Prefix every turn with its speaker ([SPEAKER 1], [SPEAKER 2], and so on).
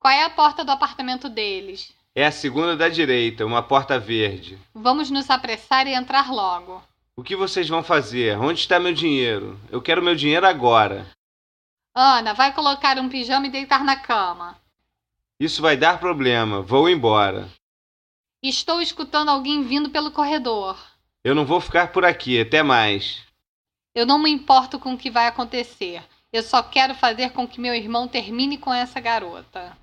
[SPEAKER 1] Qual é a porta do apartamento deles?
[SPEAKER 2] É a segunda da direita, uma porta verde.
[SPEAKER 1] Vamos nos apressar e entrar logo.
[SPEAKER 2] O que vocês vão fazer? Onde está meu dinheiro? Eu quero meu dinheiro agora.
[SPEAKER 1] Ana, vai colocar um pijama e deitar na cama.
[SPEAKER 2] Isso vai dar problema. Vou embora.
[SPEAKER 1] Estou escutando alguém vindo pelo corredor.
[SPEAKER 2] Eu não vou ficar por aqui. Até mais.
[SPEAKER 1] Eu não me importo com o que vai acontecer. Eu só quero fazer com que meu irmão termine com essa garota.